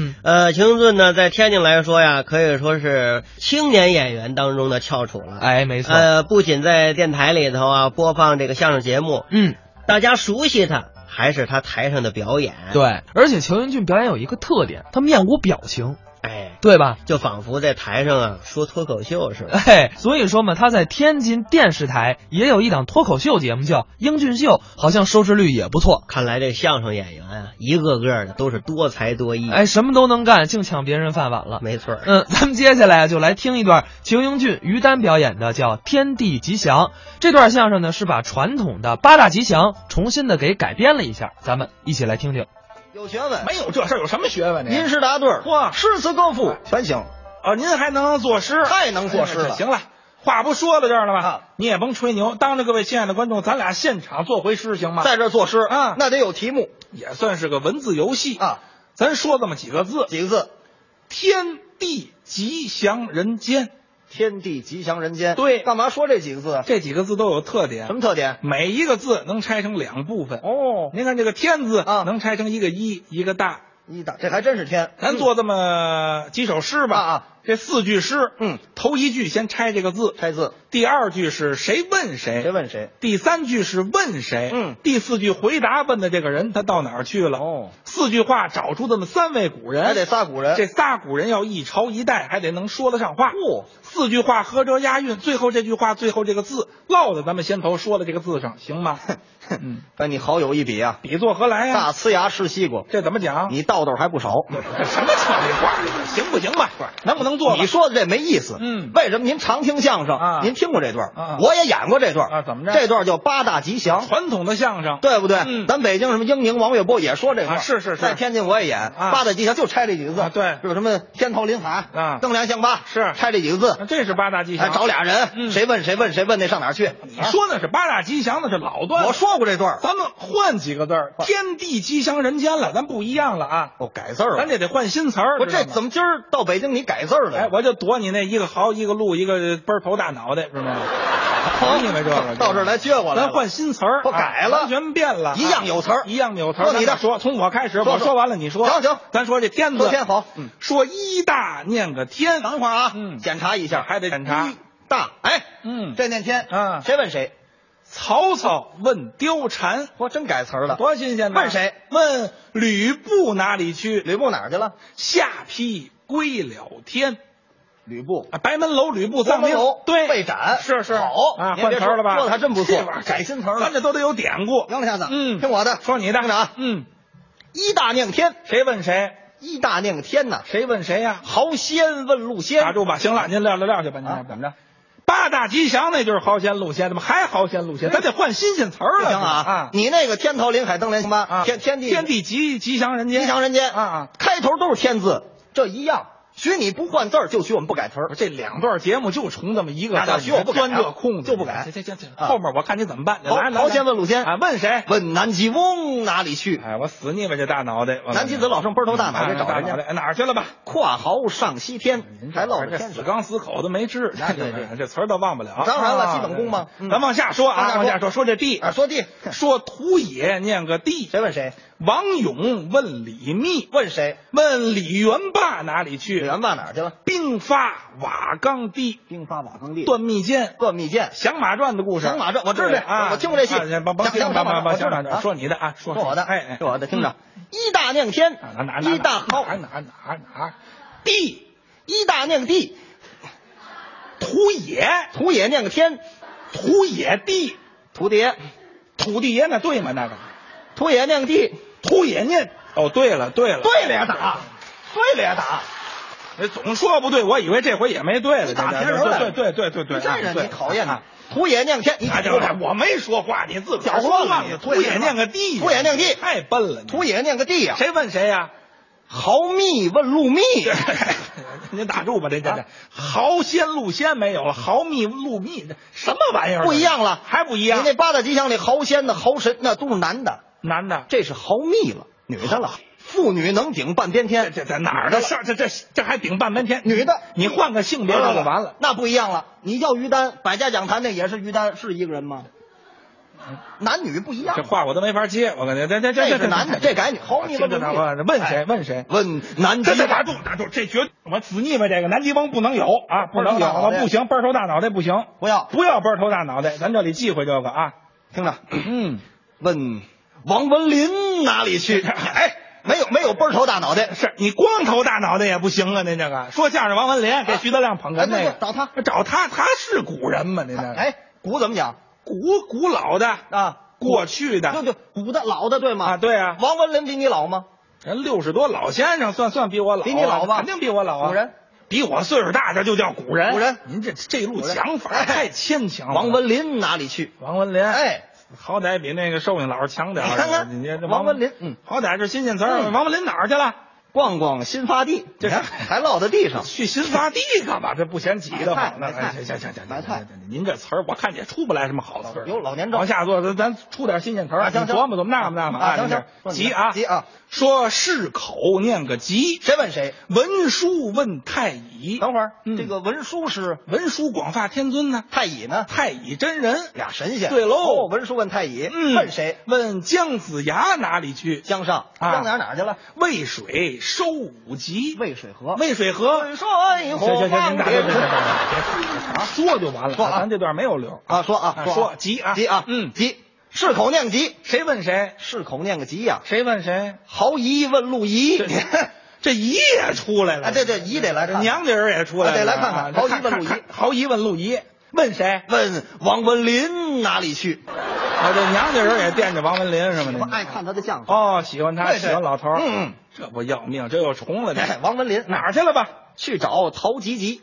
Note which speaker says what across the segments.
Speaker 1: 嗯
Speaker 2: 呃，秦锱呢，在天津来说呀，可以说是青年演员当中的翘楚了。
Speaker 1: 哎，没错，
Speaker 2: 呃，不仅在电台里头啊播放这个相声节目，
Speaker 1: 嗯，
Speaker 2: 大家熟悉他，还是他台上的表演。，
Speaker 1: 对，而且裘英俊表演有一个特点，他面无表情，
Speaker 2: 哎，
Speaker 1: 对吧？
Speaker 2: 就仿佛在台上啊说脱口秀似的。
Speaker 1: 哎，所以说嘛，他在天津电视台也有一档脱口秀节目叫《英俊秀》，好像收视率也不错。
Speaker 2: 看来这相声演员啊，一个个的都是多才多
Speaker 3: 嗯
Speaker 2: 艺。，
Speaker 1: 哎，什么都能干，净抢别人饭碗了。
Speaker 2: 没错儿。
Speaker 1: 嗯， 咱们接下来啊就来听一段裘英俊、于丹表演的叫《天地吉祥》这段相声呢，是把传统的八大吉祥重新的给改编了一下，咱们一起来听听。
Speaker 4: 有学问，
Speaker 3: 没有这事儿，有什么学问呢？
Speaker 4: 吟诗答对儿，
Speaker 3: 嚯
Speaker 4: 诗词歌赋全行。
Speaker 3: 哦，您还能作诗，
Speaker 4: 太能作诗了啊
Speaker 3: 哎行了，话不说到这儿了吧？你也甭吹牛，当着各位亲爱的观众，咱俩现场做回诗行吗？
Speaker 4: 在这儿作诗
Speaker 2: 嗯
Speaker 3: 啊
Speaker 4: 那得有题目
Speaker 3: 也算是个文字游戏
Speaker 4: 啊。
Speaker 3: 咱说这么几个字：
Speaker 4: 几个字，
Speaker 3: 天地吉祥人间。
Speaker 4: 天地吉祥人间。
Speaker 3: 对
Speaker 4: 干嘛说这几个字啊？
Speaker 3: 这几个字都有特点，
Speaker 4: 什么特点？
Speaker 3: 每一个字能拆成两部分。
Speaker 4: 哦，
Speaker 3: 您看这个“天”字
Speaker 4: 啊
Speaker 3: 能拆成一个一，一个大。
Speaker 4: 一打这还真是天。
Speaker 3: 咱做这么几首诗吧，
Speaker 4: 嗯啊啊，
Speaker 3: 这四句诗，
Speaker 4: 嗯，
Speaker 3: 头一句先拆这个字，
Speaker 4: 拆字，
Speaker 3: 第二句是谁问谁，
Speaker 4: 谁问谁？
Speaker 3: 第三句是问谁，
Speaker 4: 嗯
Speaker 3: 第四句回答问的这个人他到哪儿去了，
Speaker 4: 哦，
Speaker 3: 四句话找出这么三位古人，
Speaker 4: 还得仨古人
Speaker 3: 这仨古人要一朝一代，还得能说得上话，
Speaker 4: 哦，
Speaker 3: 四句话合辙押韵，最后这句话最后这个字落在咱们先头说的这个字上，行 吗？嗯，
Speaker 4: 那你好有一比啊！
Speaker 3: 比作何来哎呀、
Speaker 4: 大呲牙吃西瓜，
Speaker 3: 这怎么讲？
Speaker 4: 你道道还不少。
Speaker 3: 什么俏皮话，行不行吧？能不能做吧？
Speaker 4: 你说的这没意思，
Speaker 3: 嗯
Speaker 4: 为什么您常听相声
Speaker 3: 啊
Speaker 4: 您听过这段儿
Speaker 3: 啊
Speaker 4: 我也演过这段儿
Speaker 3: 啊怎么着
Speaker 4: 这段儿叫八大吉祥，
Speaker 3: 传统的相声，
Speaker 4: 对不对？
Speaker 3: 嗯
Speaker 4: 咱北京什么英宁、王月波也说这块儿、
Speaker 3: 啊是是是
Speaker 4: 在天津我也演、
Speaker 3: 啊
Speaker 4: 八大吉祥，就拆这几个字。
Speaker 3: 啊对
Speaker 4: 有什么天头临海
Speaker 3: 啊
Speaker 4: 灯梁象八
Speaker 3: 是
Speaker 4: 拆这几个字，
Speaker 3: 这是八大吉
Speaker 4: 哎，
Speaker 3: 祥。
Speaker 4: 找俩人，
Speaker 3: 嗯啊
Speaker 4: 谁问谁问谁问那上哪儿去？
Speaker 3: 你说那是八大吉祥，那是老段
Speaker 4: 啊
Speaker 3: 子。
Speaker 4: 我说过这段儿，
Speaker 3: 咱们换几个字儿，天地吉祥人间了，咱不一样了啊，
Speaker 4: 哦，改字儿
Speaker 3: 咱
Speaker 4: 了。
Speaker 3: 得得换新词儿。
Speaker 4: 我这怎
Speaker 3: 么？
Speaker 4: 么今儿到北京你改字儿了？啊
Speaker 3: 哎，我就躲你那一个豪一个鹿一个奔头大脑袋，是吗？
Speaker 4: 好
Speaker 3: 好，你们这个
Speaker 4: 嗯到这儿来撅我来了
Speaker 3: 咱换新词儿，
Speaker 4: 不改了
Speaker 3: 啊完全变了，
Speaker 4: 一样有词儿
Speaker 3: 啊一样有词儿。
Speaker 4: 说你的
Speaker 3: 咱说，从我开始，
Speaker 4: 说
Speaker 3: 我说完了，你说。
Speaker 4: 行行
Speaker 3: 咱说这天字，
Speaker 4: 说天好嗯
Speaker 3: 说一大念个天，
Speaker 4: 等会儿啊，
Speaker 3: 嗯
Speaker 4: 检查一下，
Speaker 3: 还得检查
Speaker 4: 一大哎，
Speaker 3: 嗯
Speaker 4: 这念天
Speaker 3: 啊
Speaker 4: 谁问谁？
Speaker 3: 曹操问貂蝉，
Speaker 4: 我真改词儿了。
Speaker 3: 多新鲜呐！
Speaker 4: 问谁？
Speaker 3: 问吕布哪里去？
Speaker 4: 吕布哪儿去了？
Speaker 3: 下邳归了天。
Speaker 4: 吕布
Speaker 3: 啊，白门楼吕布
Speaker 4: 三
Speaker 3: 丧
Speaker 4: 门
Speaker 3: 兵
Speaker 4: 楼
Speaker 3: 对
Speaker 4: 被斩
Speaker 3: 是是
Speaker 4: 好
Speaker 3: 啊，
Speaker 4: 您
Speaker 3: 换
Speaker 4: 别
Speaker 3: 词儿了吧？
Speaker 4: 说说得还真不错
Speaker 3: 这玩意儿
Speaker 4: 改新词儿了
Speaker 3: 咱这都得有典故。
Speaker 4: 行了，下子，
Speaker 3: 嗯
Speaker 4: 听我的，
Speaker 3: 说你的
Speaker 4: 听着啊，
Speaker 3: 嗯，
Speaker 4: 一大念天，
Speaker 3: 谁问谁？
Speaker 4: 一大念天呐，
Speaker 3: 谁问谁呀？
Speaker 4: 豪仙问路仙，
Speaker 3: 打住吧，行了，您撂撂撂去吧，您
Speaker 4: 啊
Speaker 3: 怎么着？八大吉祥那就是豪仙路仙，怎么还豪仙路仙？咱得换新鲜词儿
Speaker 4: 不嗯
Speaker 3: 了。
Speaker 4: 行啊
Speaker 3: 啊
Speaker 4: 你那个天头临海登连行吧？
Speaker 3: 啊！
Speaker 4: 天天地
Speaker 3: 天地吉吉祥人间，
Speaker 4: 吉祥人间
Speaker 3: 啊啊！
Speaker 4: 开头都是天字，这一样，许你不换字儿，就许我们不改词儿。
Speaker 3: 这两段节目就重这么一个
Speaker 4: 那
Speaker 3: 字儿，
Speaker 4: 必须我不改啊
Speaker 3: 钻这空子
Speaker 4: 就不改
Speaker 3: 这这这这
Speaker 4: 啊
Speaker 3: 后面我看你怎么办。
Speaker 4: 好
Speaker 3: 来来，
Speaker 4: 好
Speaker 3: 来
Speaker 4: 先问鲁先
Speaker 3: 啊，问谁？
Speaker 4: 问南极翁哪里去？
Speaker 3: 哎，我死你吧，这大脑袋！我哎
Speaker 4: 南极子老圣奔头大脑袋找人
Speaker 3: 大脑
Speaker 4: 家，
Speaker 3: 袋哪儿去了吧？哎
Speaker 4: 跨豪上西天，还落着
Speaker 3: 这
Speaker 4: 天
Speaker 3: 死
Speaker 4: 上。
Speaker 3: 刚死口都没治，那
Speaker 4: 对对
Speaker 3: 这这词儿都忘不了。
Speaker 4: 当然了
Speaker 3: 啊
Speaker 4: 基本功嘛嗯
Speaker 3: 咱往下说啊，
Speaker 4: 往
Speaker 3: 往
Speaker 4: 下
Speaker 3: 下
Speaker 4: 说
Speaker 3: 说，说这地
Speaker 4: 啊，，说地，
Speaker 3: 说土也念个地。
Speaker 4: 谁问谁？
Speaker 3: 王勇问李密，
Speaker 4: 问谁？
Speaker 3: 问李元霸哪里
Speaker 4: 李
Speaker 3: 去？
Speaker 4: 元霸哪儿去了？
Speaker 3: 兵发瓦岗地，
Speaker 4: 兵发瓦岗地
Speaker 3: 断密剑，
Speaker 4: 断密剑，
Speaker 3: 《降马传》的故事，
Speaker 4: 降马传我知道
Speaker 3: 对
Speaker 4: 我
Speaker 3: 啊，
Speaker 4: 我听过这戏
Speaker 3: 啊甭甭
Speaker 4: 降
Speaker 3: 甭
Speaker 4: 降马传
Speaker 3: 甭甭
Speaker 4: 我
Speaker 3: 甭
Speaker 4: 知道
Speaker 3: 降马
Speaker 4: 啊
Speaker 3: 传，说你的啊，说
Speaker 4: 说我的，
Speaker 3: 哎哎，
Speaker 4: 说我的，听着
Speaker 3: 嗯，
Speaker 4: 一大念天
Speaker 3: 啊哪哪，哪
Speaker 4: 一大豪
Speaker 3: 哪，哪哪哪
Speaker 4: 地，一大念地，
Speaker 3: 土也
Speaker 4: 土也念个天，
Speaker 3: 土也地
Speaker 4: 土地爷，
Speaker 3: 土地爷那对吗？那个
Speaker 4: 土也念个地，
Speaker 3: 土也念哦，对了对了，
Speaker 4: 对了呀打，对了呀打，
Speaker 3: 哎总说不对，我以为这回也没对了，
Speaker 4: 你打
Speaker 3: 这
Speaker 4: 偏人了
Speaker 3: 对对对对对，
Speaker 4: 你这人
Speaker 3: 对
Speaker 4: 你讨厌呐
Speaker 3: 啊！
Speaker 4: 土也念个天，你
Speaker 3: 哎，这
Speaker 4: 土
Speaker 3: 我没说话，你自个
Speaker 4: 搅
Speaker 3: 儿
Speaker 4: 和
Speaker 3: 说
Speaker 4: 了
Speaker 3: 话
Speaker 4: 你，
Speaker 3: 土也念个地呀，
Speaker 4: 土也念地
Speaker 3: 太笨了，你
Speaker 4: 土也念个地呀，
Speaker 3: 嗯谁问谁呀？
Speaker 4: 豪密问路密，
Speaker 3: 您打住吧，这这
Speaker 4: 啊
Speaker 3: 这，豪仙路仙没有了，豪密路密这什么玩意儿？
Speaker 4: 不一样了
Speaker 3: 还不一
Speaker 4: 你
Speaker 3: 样？
Speaker 4: 那八大吉祥里豪仙的豪神那都是男的，
Speaker 3: 男的，
Speaker 4: 这是豪密了，女的了，妇女能顶半边
Speaker 3: 这
Speaker 4: 天，
Speaker 3: 这这哪儿的事儿？这这这还顶半边天？
Speaker 4: 女的
Speaker 3: 你换个性别
Speaker 4: 不
Speaker 3: 这
Speaker 4: 不
Speaker 3: 就
Speaker 4: 不
Speaker 3: 完了。
Speaker 4: 那不一样了。你叫于丹，百家讲坛那也是于丹，是一个人吗？男女不一样
Speaker 3: 这。话我都没法接，我感觉这这
Speaker 4: 这
Speaker 3: 这
Speaker 4: 是男的，这改女。好，你
Speaker 3: 听
Speaker 4: 问
Speaker 3: 着呢，问问谁？问谁？
Speaker 4: 问男
Speaker 3: 这
Speaker 4: 的
Speaker 3: 这打住打住，这绝对我死腻歪这个南极翁不能有啊，不能有
Speaker 4: 不能有
Speaker 3: 啊，不行，班头大脑袋不行，
Speaker 4: 不要
Speaker 3: 不要班头大脑袋，咱这里忌讳这个啊。
Speaker 4: 听着，
Speaker 3: 嗯，
Speaker 4: 问王文林哪里 去？哎，没有没有奔头大脑袋，
Speaker 3: 是你光头大脑袋也不行啊，您这个说相声王文林给徐德亮捧哏那
Speaker 4: 啊哎
Speaker 3: 个
Speaker 4: 不是，找他
Speaker 3: 找他，他是古人吗？您这个
Speaker 4: 哎，古怎么讲
Speaker 3: 古古老的
Speaker 4: 啊？
Speaker 3: 过
Speaker 4: 对
Speaker 3: 去的
Speaker 4: 对，古的老的对吗？
Speaker 3: 哎啊，对啊，
Speaker 4: 王文林比你老吗？
Speaker 3: 人六十多老先生算算比我老啊，
Speaker 4: 比你老吧
Speaker 3: 肯定比我老啊，
Speaker 4: 古人
Speaker 3: 比我岁数大的就叫古人，
Speaker 4: 古人
Speaker 3: 您这这路
Speaker 4: 古人
Speaker 3: 讲法
Speaker 4: 哎
Speaker 3: 太牵强了，
Speaker 4: 王文林哪里去？
Speaker 3: 王文林，
Speaker 4: 哎，
Speaker 3: 好歹比那个寿命老师强点儿。
Speaker 4: 你看看
Speaker 3: 你这
Speaker 4: 王文林嗯，哎
Speaker 3: 好歹是新鲜词儿。王文林哪儿去了？
Speaker 4: 逛逛新发地，
Speaker 3: 这是
Speaker 4: 还落在地上。
Speaker 3: 去新发地干嘛？这不嫌挤得慌。那
Speaker 4: 买菜
Speaker 3: 哎行行行行，
Speaker 4: 买菜
Speaker 3: 行。行您这词儿我看也出不来什么好词儿。
Speaker 4: 有老年
Speaker 3: 往
Speaker 4: 照，
Speaker 3: 下做，咱咱出点新鲜词儿，
Speaker 4: 啊
Speaker 3: 你
Speaker 4: 行行
Speaker 3: 琢磨琢磨，那么那么
Speaker 4: 啊行
Speaker 3: 您这
Speaker 4: 行说你
Speaker 3: 急
Speaker 4: 的
Speaker 3: 啊
Speaker 4: 急啊！
Speaker 3: 说是口念个急，
Speaker 4: 谁问谁？
Speaker 3: 文殊问太乙，
Speaker 4: 等会儿
Speaker 3: 嗯
Speaker 4: 这个文殊是
Speaker 3: 文殊广发天尊呢？
Speaker 4: 太乙呢？
Speaker 3: 太乙真人，
Speaker 4: 俩神仙。
Speaker 3: 对喽
Speaker 4: 哦文殊问太乙，
Speaker 3: 嗯，
Speaker 4: 问谁？
Speaker 3: 问姜子牙哪里去？
Speaker 4: 江上，
Speaker 3: 啊
Speaker 4: 江哪儿哪儿去了？
Speaker 3: 渭水收五级，
Speaker 4: 渭水河。
Speaker 3: 渭水河。
Speaker 4: 水
Speaker 3: 行行行，您打住，别别别别
Speaker 4: 啊
Speaker 3: 别说就完了，
Speaker 4: 说啊
Speaker 3: 咱这段没有留。
Speaker 4: 说啊
Speaker 3: 啊
Speaker 4: 说
Speaker 3: 说急啊
Speaker 4: 急啊
Speaker 3: 嗯
Speaker 4: 急，是口念个急，
Speaker 3: 谁问谁？
Speaker 4: 是口念个急呀。
Speaker 3: 谁问谁？
Speaker 4: 豪姨问陆姨，
Speaker 3: 这这姨也出来了，
Speaker 4: 啊对对姨得来看看
Speaker 3: 娘家人也出来了，
Speaker 4: 啊得来看看
Speaker 3: 啊
Speaker 4: 豪姨问陆，
Speaker 3: 看看
Speaker 4: 姨
Speaker 3: 看豪姨问陆姨，问谁？
Speaker 4: 问王文林哪里去？啊
Speaker 3: 啊，这娘家人也惦着王文林是吗？
Speaker 4: 我爱看他的相声。
Speaker 3: 哦，喜欢他，
Speaker 4: 对对
Speaker 3: 喜欢老头儿
Speaker 4: 嗯嗯，
Speaker 3: 这不要命，这又重了这。
Speaker 4: 哎 王文林
Speaker 3: 哪儿去了吧？
Speaker 4: 去找陶吉吉，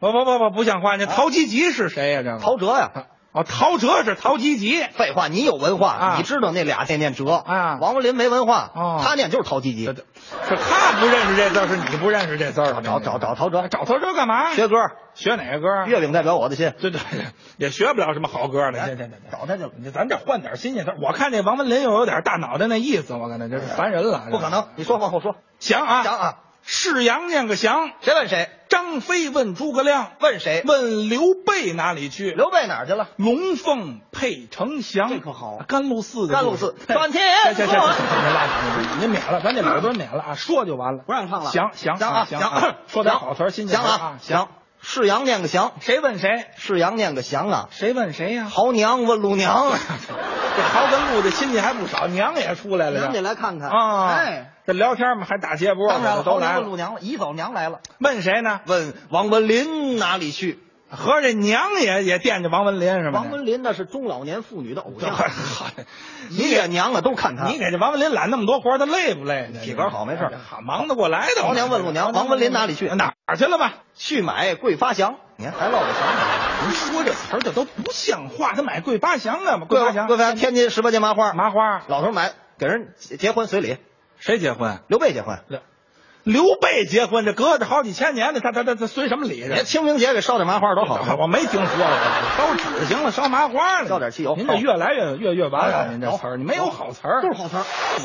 Speaker 3: 不不不不，不像话！那陶吉吉是谁呀、这个
Speaker 4: 啊陶喆呀。
Speaker 3: 哦，陶喆是陶吉吉，
Speaker 4: 废话，你有文
Speaker 3: 啊
Speaker 4: 化，你知道那俩得念哲
Speaker 3: 啊
Speaker 4: 王文林没文化
Speaker 3: 哦，
Speaker 4: 他念就是陶吉吉
Speaker 3: 这。这是他不认识这字儿，是你不认识这字儿。哎
Speaker 4: 找找找陶喆
Speaker 3: 找陶喆干嘛？
Speaker 4: 学歌，
Speaker 3: 学哪个歌啊？
Speaker 4: 月饼代表我的心。
Speaker 3: 对对对，也学不了什么好歌了。对对对，
Speaker 4: 哎找他去了。
Speaker 3: 对咱这换点新鲜词儿。我看这王文林又有点大脑袋那意思，我感觉这是烦人了。
Speaker 4: 哎不可能，你说往后说。
Speaker 3: 降哎啊！
Speaker 4: 想啊，
Speaker 3: 世阳念个降，
Speaker 4: 谁问谁？
Speaker 3: 张飞问诸葛亮，
Speaker 4: 问谁？
Speaker 3: 问刘备哪里去？
Speaker 4: 刘备哪儿去了？
Speaker 3: 龙凤配丞相，
Speaker 4: 这可好啊
Speaker 3: 甘露寺的
Speaker 4: 甘露
Speaker 3: 故事
Speaker 4: 寺转天
Speaker 3: 行行行行
Speaker 4: 光
Speaker 3: 行，拉倒，您免了，咱这耳朵免了啊，说就完了，
Speaker 4: 不让唱了。
Speaker 3: 行行
Speaker 4: 行啊
Speaker 3: 行
Speaker 4: 啊，
Speaker 3: 说点好词儿，新鲜
Speaker 4: 行
Speaker 3: 词儿
Speaker 4: 啊
Speaker 3: 啊，
Speaker 4: 行。世阳念个祥，
Speaker 3: 谁问谁？
Speaker 4: 世阳念个祥啊。
Speaker 3: 谁问谁呀？
Speaker 4: 豪娘问陆娘，
Speaker 3: 这豪跟路的亲戚还不少，娘也出来了，
Speaker 4: 娘得来看看
Speaker 3: 啊！
Speaker 4: 哎，
Speaker 3: 这聊天嘛，还打接波
Speaker 4: 当然
Speaker 3: 呢，
Speaker 4: 了，
Speaker 3: 都
Speaker 4: 豪
Speaker 3: 来
Speaker 4: 娘问陆
Speaker 3: 了。
Speaker 4: 娘了，姨走娘来了。
Speaker 3: 问谁呢？
Speaker 4: 问王文林哪里去？
Speaker 3: 合着娘也也惦着王文林是吗？
Speaker 4: 王文林那是中老年妇女的偶
Speaker 3: 这，
Speaker 4: 像，
Speaker 3: 好的
Speaker 4: 你给娘啊都看他。
Speaker 3: 你给这王文林揽那么多活儿，他累不累？哎
Speaker 4: 体格好没事儿
Speaker 3: 好忙得过来的。
Speaker 4: 王娘问陆娘王文林哪里去
Speaker 3: 哪儿去了吧？
Speaker 4: 去买桂发祥，你看还落个祥。
Speaker 3: 您说这词儿这都不像话，他买桂八祥干嘛？
Speaker 4: 桂
Speaker 3: 八
Speaker 4: 发祥，
Speaker 3: 祥，
Speaker 4: 桂发祥，天津十八街麻花，
Speaker 3: 麻花，
Speaker 4: 老头买给人结结婚随礼，
Speaker 3: 谁结婚？
Speaker 4: 刘备结婚，
Speaker 3: 刘备结婚，这隔着好几千年的，他他他他随什么礼这？
Speaker 4: 人清明节给烧点麻花多好啊。
Speaker 3: 我没听说过，烧纸行了，烧麻花呢？
Speaker 4: 烧点汽油
Speaker 3: 您这越来越越越完了，您这词儿，你没有好词儿，
Speaker 4: 都是好词儿。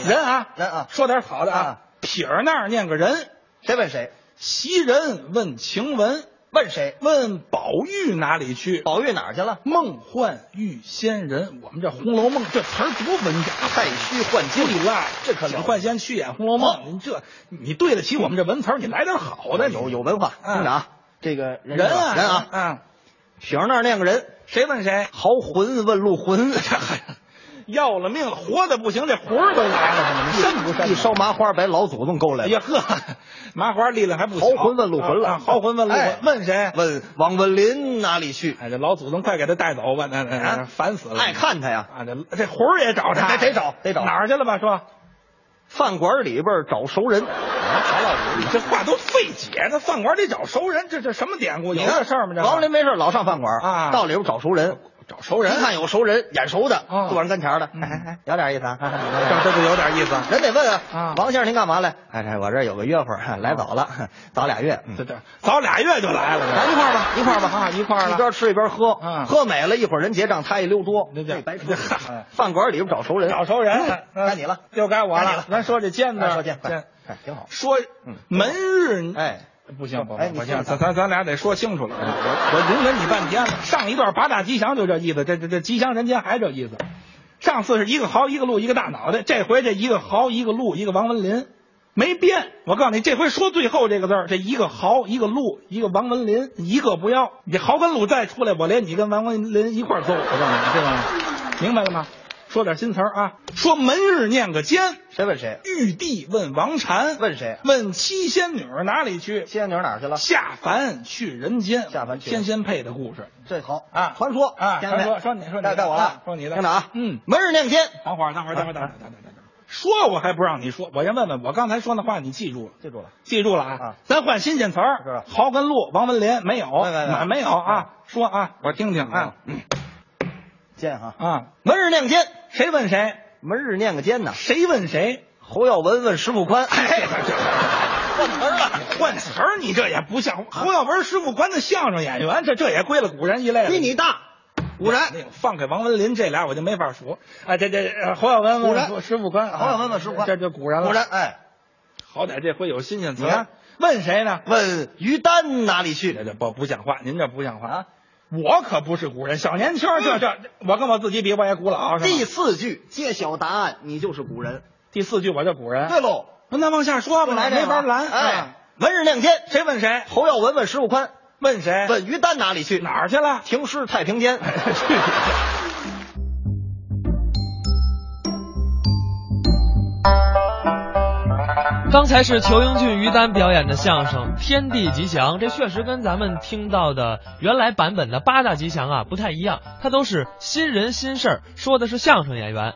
Speaker 3: 人啊，
Speaker 4: 人啊
Speaker 3: 说点好的啊
Speaker 4: 啊，
Speaker 3: 撇儿那儿念个人，
Speaker 4: 谁问谁？
Speaker 3: 袭人问晴雯，
Speaker 4: 问谁？
Speaker 3: 问宝玉哪里去？
Speaker 4: 宝玉哪儿去了？
Speaker 3: 梦幻遇仙人，我们这《红楼梦》这词儿多文雅，
Speaker 4: 太虚幻境哦
Speaker 3: 对了，
Speaker 4: 这可了
Speaker 3: 警幻仙去演《红楼梦》您这你对得起我们这文词儿，你来点好的，你
Speaker 4: 有有文化，
Speaker 3: 嗯
Speaker 4: 听着啊，这个
Speaker 3: 人啊
Speaker 4: 人啊，
Speaker 3: 啊，
Speaker 4: 平儿那儿念个人，
Speaker 3: 谁问谁？
Speaker 4: 豪魂问陆魂，
Speaker 3: 要了命了，活的不行，这魂 儿都来了，你肾不肾？
Speaker 4: 一烧麻花把老祖宗勾来
Speaker 3: 哎呀
Speaker 4: 了。
Speaker 3: 呵，麻花力量还不小。
Speaker 4: 豪魂问陆魂了
Speaker 3: 啊啊豪魂问陆魂
Speaker 4: 哎，
Speaker 3: 问谁？
Speaker 4: 问王文林哪里去？
Speaker 3: 哎，这老祖宗快给他带走吧，那那那
Speaker 4: 啊
Speaker 3: 烦死了。
Speaker 4: 爱看他呀，
Speaker 3: 啊，这这魂儿也找
Speaker 4: 得
Speaker 3: 他，
Speaker 4: 得找得找
Speaker 3: 哪儿去了吧？说。
Speaker 4: 饭馆里边找熟人。
Speaker 3: 啊你这话都费解，那饭馆得找熟人，这这什么典故？有
Speaker 4: 你看
Speaker 3: 这事儿吗？这
Speaker 4: 王文林没事老上饭馆
Speaker 3: 啊
Speaker 4: 到里边找熟人，
Speaker 3: 找熟人
Speaker 4: 一，看有熟人，眼熟的，
Speaker 3: 哦
Speaker 4: 坐人跟前儿的，
Speaker 3: 嗯
Speaker 4: 哎哎哎，有点意思啊。哎哎哎
Speaker 3: 这这就有点意思。
Speaker 4: 人得问
Speaker 3: 啊
Speaker 4: 啊，王先生您干嘛来？哎，哎我这儿有个约会儿，来早了，早俩月。嗯
Speaker 3: 这这早俩月就来了，
Speaker 4: 咱一块儿吧，一块儿吧，
Speaker 3: 啊一块儿了
Speaker 4: 一边吃一边喝
Speaker 3: 啊，
Speaker 4: 喝美了，一会儿人结账，他一溜多，
Speaker 3: 那这
Speaker 4: 白说
Speaker 3: 嗨。
Speaker 4: 饭馆里边找熟人，
Speaker 3: 嗯 找熟人
Speaker 4: 嗯，
Speaker 3: 嗯
Speaker 4: 该你了，
Speaker 3: 就该我
Speaker 4: 该你
Speaker 3: 了
Speaker 4: 了。
Speaker 3: 咱说这尖子，
Speaker 4: 哎说见，
Speaker 3: 尖
Speaker 4: 快，哎，挺好。
Speaker 3: 说
Speaker 4: 嗯
Speaker 3: 门日，
Speaker 4: 哎，
Speaker 3: 不行，不
Speaker 4: 哎
Speaker 3: 行，
Speaker 4: 你
Speaker 3: 不
Speaker 4: 听
Speaker 3: 行，咱咱咱俩得说清楚哎了。我我容忍你半天了，上一段八大吉祥就这意思，这这这吉祥人间还这意思。上次是一个豪一个鹿一个大脑袋，这回这一个豪一个鹿一个王文林，没编。我告诉你，这回说最后这个字儿，这一个豪一个鹿一个王文林，一个不要。你豪跟鹿再出来，我连你跟王文林一块儿揍。我告诉你，这个明白了吗？说点新词儿啊，说门日念个奸，
Speaker 5: 谁问谁？
Speaker 3: 玉帝问王禅，
Speaker 5: 问谁？
Speaker 3: 问七仙女儿哪里去？
Speaker 5: 仙女哪儿去了？
Speaker 3: 下凡啊去人间，
Speaker 5: 下凡去
Speaker 3: 天仙配的故事。
Speaker 5: 这好
Speaker 3: 啊
Speaker 5: 传说
Speaker 3: 啊
Speaker 5: 天安门
Speaker 3: 传说说你说你
Speaker 5: 该该我
Speaker 3: 啊
Speaker 5: 了，
Speaker 3: 说你的
Speaker 5: 听着啊，
Speaker 3: 嗯
Speaker 5: 门日念天，
Speaker 3: 等会儿，等会儿，等会儿，等会儿，等会儿，等会儿，说我还不让你说，我先问问，我刚才说那话你记住了？
Speaker 5: 记住了，
Speaker 3: 记住了啊！
Speaker 5: 啊
Speaker 3: 咱换新鲜词
Speaker 5: 是
Speaker 3: 儿
Speaker 5: 啊，
Speaker 3: 豪跟鹿，王文林没有，
Speaker 5: 没没没
Speaker 3: 有啊？说啊，我听听啊
Speaker 5: 奸哈，
Speaker 3: 啊！
Speaker 5: 门日念天，
Speaker 3: 谁问谁？
Speaker 5: 门日念个奸呐。
Speaker 3: 谁问谁？
Speaker 5: 侯耀文问石富宽，
Speaker 3: 哎， 换词儿了，换词儿，你这也不像侯耀文、师傅官的相声演员，这这也归了古人一类了。
Speaker 5: 比你大，古然。
Speaker 3: 那个放开王文林这俩我就没法说啊，这这呃侯耀文
Speaker 5: 古
Speaker 3: 问
Speaker 5: 人
Speaker 3: 师傅官，啊
Speaker 5: 侯耀文问师傅宽
Speaker 3: 这就古人了。
Speaker 5: 古然，哎，
Speaker 3: 好歹这回有新鲜词
Speaker 5: 你看
Speaker 3: 儿。问谁呢？
Speaker 5: 问于丹哪里
Speaker 3: 这
Speaker 5: 去？
Speaker 3: 这不不像话，您这不像话
Speaker 5: 啊！
Speaker 3: 我可不是古人，小年轻儿这这，我跟我自己比，我也古老。是吧
Speaker 5: 第四句揭晓答案，你就是古人。
Speaker 3: 第四句我就古人。
Speaker 5: 对喽，
Speaker 3: 那往下说吧，
Speaker 5: 来
Speaker 3: 哎没法拦。啊
Speaker 5: 哎，，门日念天，
Speaker 3: 谁问谁？
Speaker 5: 侯耀文问石富宽，
Speaker 3: 问谁？
Speaker 5: 问于丹哪里去？
Speaker 3: 哎哪儿去了？
Speaker 5: 停尸太 平间。
Speaker 1: 刚才是裘英俊、于丹表演的相声《天地吉祥》，这确实跟咱们听到的原来版本的八大吉祥啊不太一样，它都是新人新事儿，说的是相声演员。